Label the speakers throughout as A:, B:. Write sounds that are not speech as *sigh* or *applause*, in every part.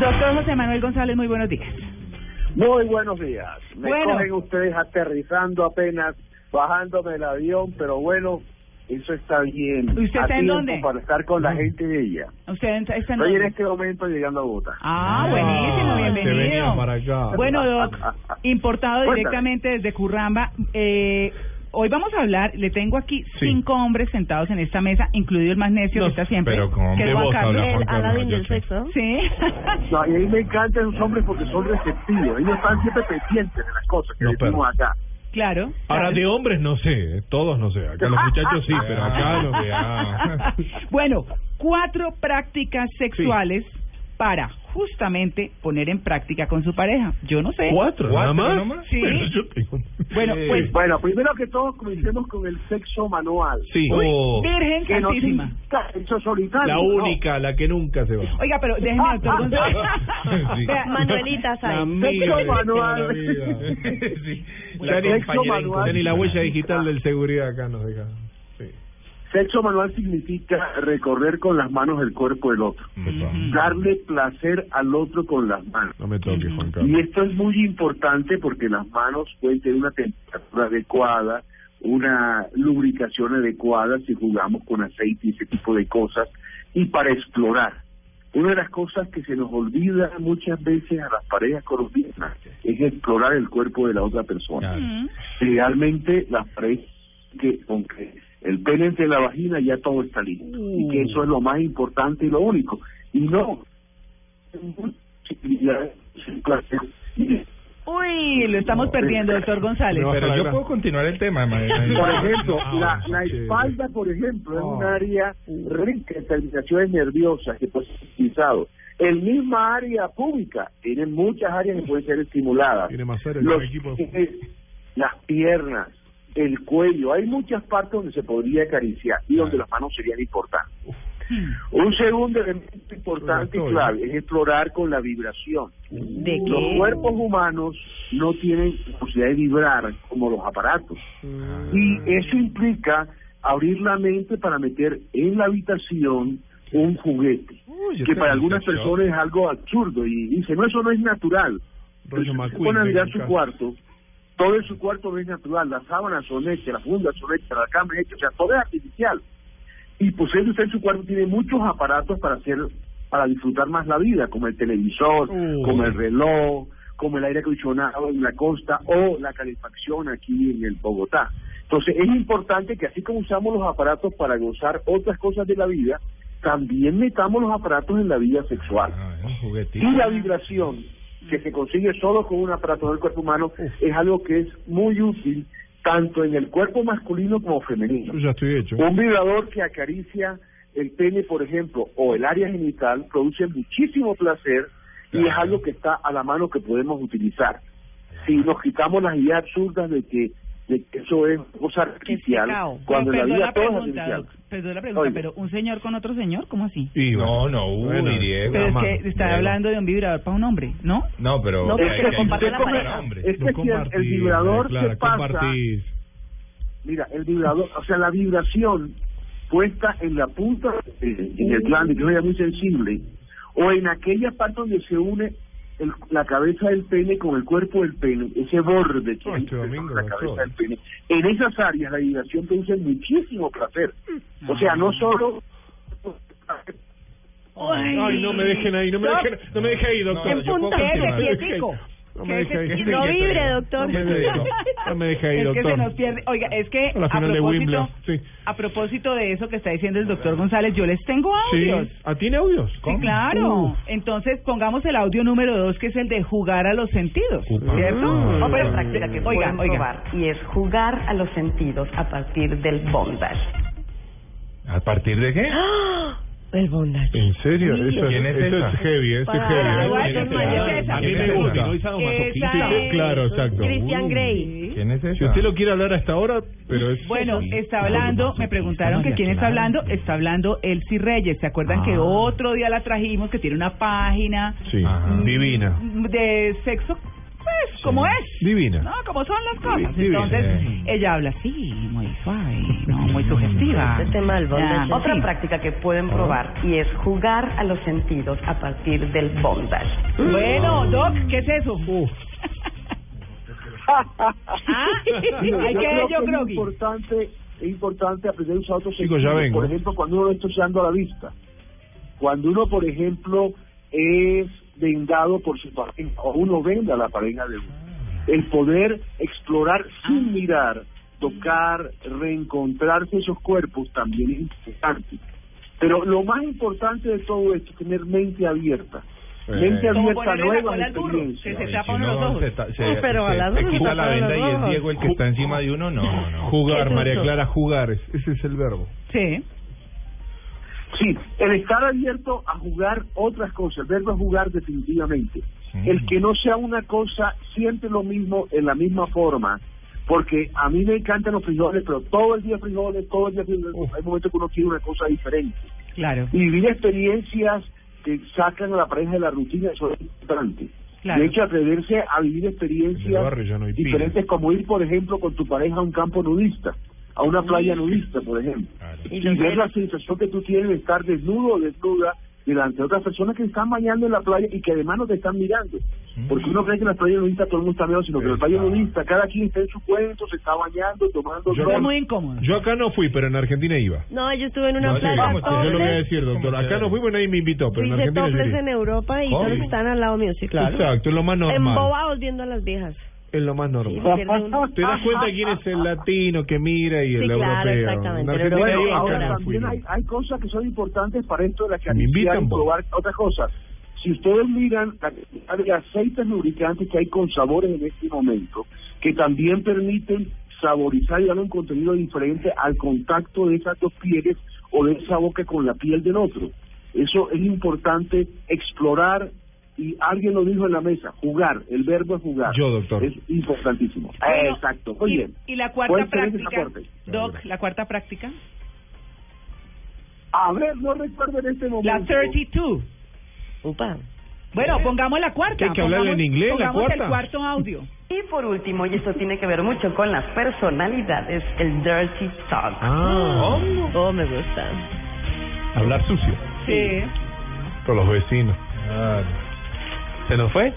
A: Doctor José Manuel González, muy buenos días.
B: Muy buenos días. Me
A: Bueno.
B: cogen ustedes aterrizando apenas, bajándome del avión, pero bueno, eso está bien.
A: ¿Y usted está en
B: A tiempo
A: dónde?
B: Para estar con la gente de ella.
A: ¿Usted está está en
B: Estoy en
A: dónde?
B: este momento llegando a Bogotá.
A: Ah, buenísimo, bienvenido. Bueno, Doc, importado
B: Ah, Cuéntame.
A: directamente desde Curramba. eh, hoy vamos a hablar, le tengo aquí
C: Sí.
A: cinco hombres sentados en esta mesa, incluido el más necio
C: No,
A: que está siempre.
C: pero ¿cómo
A: que es Juan
C: vos
A: Carlos.
C: hablas, Juan Carlos?
D: Aladdin
C: Yo
D: del
C: sé.
D: sexo.
A: Sí. *laughs*
B: No, y a mí me encantan los hombres porque son receptivos. Ellos están siempre pendientes de las cosas que
C: No, pero-
B: decimos acá.
A: claro.
C: Ahora,
A: claro.
C: de hombres no sé, eh, todos no sé. Acá los muchachos sí,
A: *laughs*
C: pero acá no sé.
A: Bueno, cuatro prácticas sexuales para justamente poner en práctica con su pareja. Yo no sé.
C: ¿Cuatro? ¿Nada
E: ¿Cuatro
C: más?
A: Sí.
C: Pero yo tengo-
A: *laughs* Bueno,
C: Eh,
A: pues-
B: Bueno, primero que todo, comencemos con el sexo manual.
C: Sí.
A: Uy,
C: Oh,
A: Virgen
B: Que no
A: Santísima.
B: significa sexo solitario.
C: la
B: no.
C: única, la que nunca se va. Ah.
A: Oiga, pero déjeme, doctor González.
C: *laughs*
A: *laughs*
C: Sí.
A: Vea,
D: Manuelita Sáenz.
C: amiga de
B: Sexo manual.
C: toda
A: *laughs*
C: la vida. Sí.
B: La
C: Ya ni-
B: sexo
C: ya
B: manual.
C: Ni la huella digital del seguridad acá nos deja. Sí.
B: Sexo manual significa recorrer con las manos el cuerpo del otro.
C: Mm.
B: darle placer al otro con las manos.
C: No me toques, Juan
B: Y
C: Carlos.
B: esto es muy importante porque las manos pueden tener una temperatura adecuada, una lubricación adecuada si jugamos con aceite y ese tipo de cosas, y para explorar. Una de las cosas que se nos olvida muchas veces a las parejas colombianas es explorar el cuerpo de la otra persona
C: Claro.
B: realmente las paredes que con que el pene entre la vagina ya todo está listo y que eso es lo más importante y lo único y no por
A: Uy, lo estamos perdiendo, doctor González.
C: No,
E: Pero
C: Ojalá.
E: yo puedo continuar el tema,
B: *laughs*
C: *laughs*
E: maestra.
B: ejemplo
C: Ah,
B: la, la
C: sí.
B: espalda por ejemplo es
C: Oh.
B: un área rica en terminaciones nerviosas que puede ser utilizado el misma área pública tiene muchas áreas que pueden ser estimuladas
C: Tiene más áreas que
B: los
C: el equipo.
B: pies, las piernas, el cuello. Hay muchas partes donde se podría acariciar y
C: Ah.
B: donde las manos serían importantes. Un segundo elemento importante y
C: Sobre todo,
B: clave es explorar con la vibración.
A: ¿De
B: Los cuerpos humanos no tienen posibilidad de vibrar como los aparatos.
C: Mm,
B: Y eso implica abrir la mente para meter en la habitación un juguete,
C: Uy,
B: que
C: está
B: para algunas
C: bien,
B: personas es algo absurdo y dice, no, eso no es natural. Pero
C: Rollo
B: si usted se
C: McQueen,
B: pone a mirar
C: venga
B: su
C: acá.
B: cuarto, todo en su cuarto no es natural, las sábanas son hechas, las fundas son hechas, la cama es hecha, o sea, todo es artificial. Y pues él, usted en su cuarto tiene muchos aparatos para hacer, para disfrutar más la vida, como el televisor,
C: Uh.
B: como el reloj, como el aire acondicionado en la costa o la calefacción aquí en el Bogotá. Entonces es importante que así como usamos los aparatos para gozar otras cosas de la vida, también metamos los aparatos en la vida sexual.
C: Ah, es un juguetito.
B: Y la vibración que se consigue solo con un aparato del cuerpo humano es algo que es muy útil tanto en el cuerpo masculino como femenino.
C: Yo ya estoy hecho.
B: Un vibrador que acaricia el pene, por ejemplo, o el área genital, produce muchísimo placer y es
C: Claro.
B: algo que está a la mano que podemos utilizar. Si nos quitamos las ideas absurdas de que, de que eso es cosa artificial, cuando en la
A: perdón
B: vida
A: la
B: todo es
A: pregunta,
B: artificial.
A: doc, perdón la pregunta,
B: Oye.
A: pero un señor con otro señor, ¿cómo así?
C: Y
E: No,
C: bueno.
E: no, uy,
C: Bueno,
E: Diego.
A: Pero
E: mamá,
A: es que está
E: Diego.
A: hablando de un vibrador para un hombre, ¿no?
E: No, pero.
D: No,
E: hay
D: pero
E: que-
D: comparte
E: hay que-
D: la pareja.
E: hombre.
B: Es que
C: No
B: si el- el,
C: compartir,
B: vibrador
C: claro,
B: se pasa...
C: compartir.
B: Mira, el vibrador, o sea, la vibración puesta en la punta, eh, en el glande, que es una área muy sensible, o en aquella parte donde se une el- la cabeza del pene con el cuerpo del pene, ese borde que
C: Oh,
B: hay
C: este
B: entre
C: domingo,
B: la
C: doctor.
B: cabeza del pene. En esas áreas la vibración produce muchísimo placer. O sea, no solo...
C: Ay, no me dejen ahí, no me dejen, no me dejen ahí, doctor.
D: En
C: Yo puedo
D: punta,
C: continuar.
A: quédese quietico.
C: No me deje ahí.
D: No vibre,
C: No
D: doctor.
C: me deje,
D: *laughs*
C: no me *laughs* deje ahí,
A: es que
C: doctor.
A: se nos pierde. Oiga, es que
C: A la
A: a
C: final de
A: propósito,
C: Wimbledon, sí.
A: a propósito de eso que está diciendo el doctor González, yo les tengo audios.
C: Sí. ¿A tiene audios?
A: Sí, claro. Entonces pongamos el audio número dos, que es el de jugar a los sentidos.
C: Upa.
A: ¿Cierto?
C: Ah.
F: Otra práctica que
A: Oiga,
F: pueden
A: oiga.
F: probar y es jugar a los sentidos a partir del bondage.
E: ¿A partir de qué?
D: El bondage.
C: ¿En serio?
A: Sí.
C: Eso,
E: ¿Quién es
C: eso
E: esa?
C: es heavy, eso es
D: Para-
A: Pero
C: heavy.
A: igual
C: ¿eh?
A: es mayonesa.
C: A mí me gusta.
E: Soy sadomasoquista.
C: Sí, sí, claro, exacto.
D: Christian Grey.
E: ¿Quién es esa?
C: Si usted lo quiere hablar hasta ahora, pero es...
A: Bueno, está hablando, me preguntaron que quién está hablando, está hablando Elsie Reyes. ¿Se acuerdan que otro día la trajimos, que tiene una página
C: Ah.
A: Mm,
C: Sí,
E: Ajá.
C: divina.
A: de sexo, pues, como es?
C: Divina.
A: No, como son las cosas.
C: Divina.
A: Entonces,
C: Sí.
A: ella habla así, muy suave, no, muy sugestiva.
D: Este tema del
A: Ah. Ya, Oh.
D: bondage.
F: Otra
A: sí.
F: práctica que pueden probar y es jugar a los sentidos a partir del bondage.
A: Bueno, Doc, ¿qué es eso? Ah, hay que ver yo,
B: es
A: Grogui.
B: importante, es importante aprender a usar otros
C: Chicos, ya
B: sentidos.
C: vengo.
B: Por ejemplo, cuando uno no está usando la vista. Cuando uno, por ejemplo, es vengado por su pareja, o uno venga a la pareja de uno. El poder explorar
A: Ah.
B: sin mirar, tocar, reencontrarse esos cuerpos también es importante. Pero lo más importante de todo esto es tener mente abierta.
C: Eh,
B: Mente
C: como
A: Como
B: abierta a
A: ponerle la
B: nuevas
A: cola al burro, que
B: experiencias.
A: se
E: Ay,
A: tapa
E: si
A: uno los
E: no,
A: ojos.
E: se ta- se-
D: Uy, pero
E: se-
D: a las
E: se
D: dos
E: quita
D: se
E: la
D: tapan
E: venda
D: los
E: y es
D: ojos.
E: Diego el que está encima de uno. No, no, no.
D: ¿Qué
C: Jugar,
D: es
C: María
D: eso?
C: Clara, jugar. es- Ese es el verbo.
A: Sí.
B: Sí, el estar abierto a jugar otras cosas, el verbo es jugar definitivamente. El que no sea una cosa siempre lo mismo, en la misma forma, porque a mí me encantan los frijoles, pero todo el día frijoles, todo el día frijoles, hay momentos que uno quiere una cosa diferente.
A: Claro.
B: Y vivir experiencias que sacan a la pareja de la rutina, eso es importante.
A: Claro.
B: De hecho, atreverse a vivir
C: En el
B: experiencias
C: barrio ya no hay pila.
B: diferentes, como ir, por ejemplo, con tu pareja a un campo nudista, a una playa nudista, por ejemplo
C: Claro.
D: Y
B: y
D: los
B: ver la
D: dedos.
B: sensación que tú tienes de estar desnudo o desnuda delante de otras personas que están bañando en la playa y que además no te están mirando.
C: Mm.
B: Porque uno cree que en las playas nudistas todo el mundo está mirando, sino que en las playas
C: Exacto.
B: nudistas cada quien está en su cuento, se está bañando, tomando
C: Yo
B: sol.
A: Fue muy incómodo.
C: Yo acá no fui, pero en Argentina iba.
D: No, yo estuve en una
C: No, sí,
D: playa
C: vamos, pues yo lo voy a
D: topless.
C: decir, doctor. Acá no fui, pero nadie me invitó, pero en
D: Hice
C: Argentina
D: topless
C: yo
D: en
C: iría.
D: Europa y
C: ¿Cómo?
D: todos están al lado mío, sí, claro.
C: Exacto, es lo más normal.
D: Embobados viendo a las viejas.
C: Es lo más
D: Sí,
C: normal.
D: se pierde uno.
C: Te das cuenta quién es el latino que mira y el
D: Sí, claro,
C: europeo.
D: exactamente,
C: En
D: el
C: Argentina
D: europeo.
C: iba,
B: Ahora
C: acá no fui.
B: también hay, hay cosas que son importantes para esto de la
C: Me
B: carnicería
C: invitan,
B: y
C: vos.
B: probar otras cosas. Si ustedes miran la cantidad de aceites lubricantes que hay con sabores en este momento, que también permiten saborizar y dar un contenido diferente al contacto de esas dos pieles o de esa boca con la piel del otro. Eso es importante explorar y alguien lo dijo en la mesa, jugar, el verbo es jugar.
C: Yo, doctor.
B: Es importantísimo.
A: Bueno,
B: Exacto, muy
A: y,
B: bien.
A: Y la
B: Fue
A: cuarta
B: excelente ese
A: práctica,
B: aporte.
A: Doc, la cuarta práctica.
B: A ver, no recuerdo en este momento.
A: La 32.
D: Upa.
A: Bueno, pongamos la cuarta.
C: Hay que hablarle en
A: pongamos-
C: inglés, la
A: pongamos
C: cuarta.
A: el cuarto audio.
F: Y por último, y esto tiene que ver mucho con las personalidades, el dirty talk.
C: Ah,
D: Oh, me gusta.
C: hablar sucio.
A: Sí.
C: Con los vecinos. ¿Se nos fue?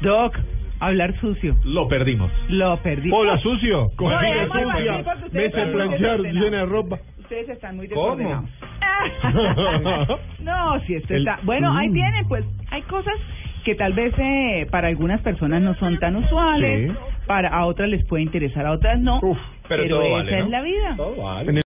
A: Doc, hablar sucio.
C: Lo perdimos.
A: Lo perdí. Ah,
C: Hola sucio. Cocina
A: dejemos así
C: sucia.
A: porque ustedes
C: Mesa
A: son
C: de
A: muy
C: planchar
A: desordenados.
C: llena de
D: *laughs*
C: ropa. *laughs*
A: Ustedes están muy
C: ¿Cómo?
A: desordenados.
C: *laughs*
A: *laughs* no, si esto
C: El-
A: está... Bueno, ahí
C: Mm.
A: tienen, pues, hay cosas que tal vez eh, para algunas personas no son tan usuales,
C: Sí.
A: para a otras les puede interesar, a otras no,
C: Uf,
A: pero,
E: pero todo
A: esa
E: vale,
A: es
E: ¿no?
A: la vida.
E: Todo vale.
C: En el-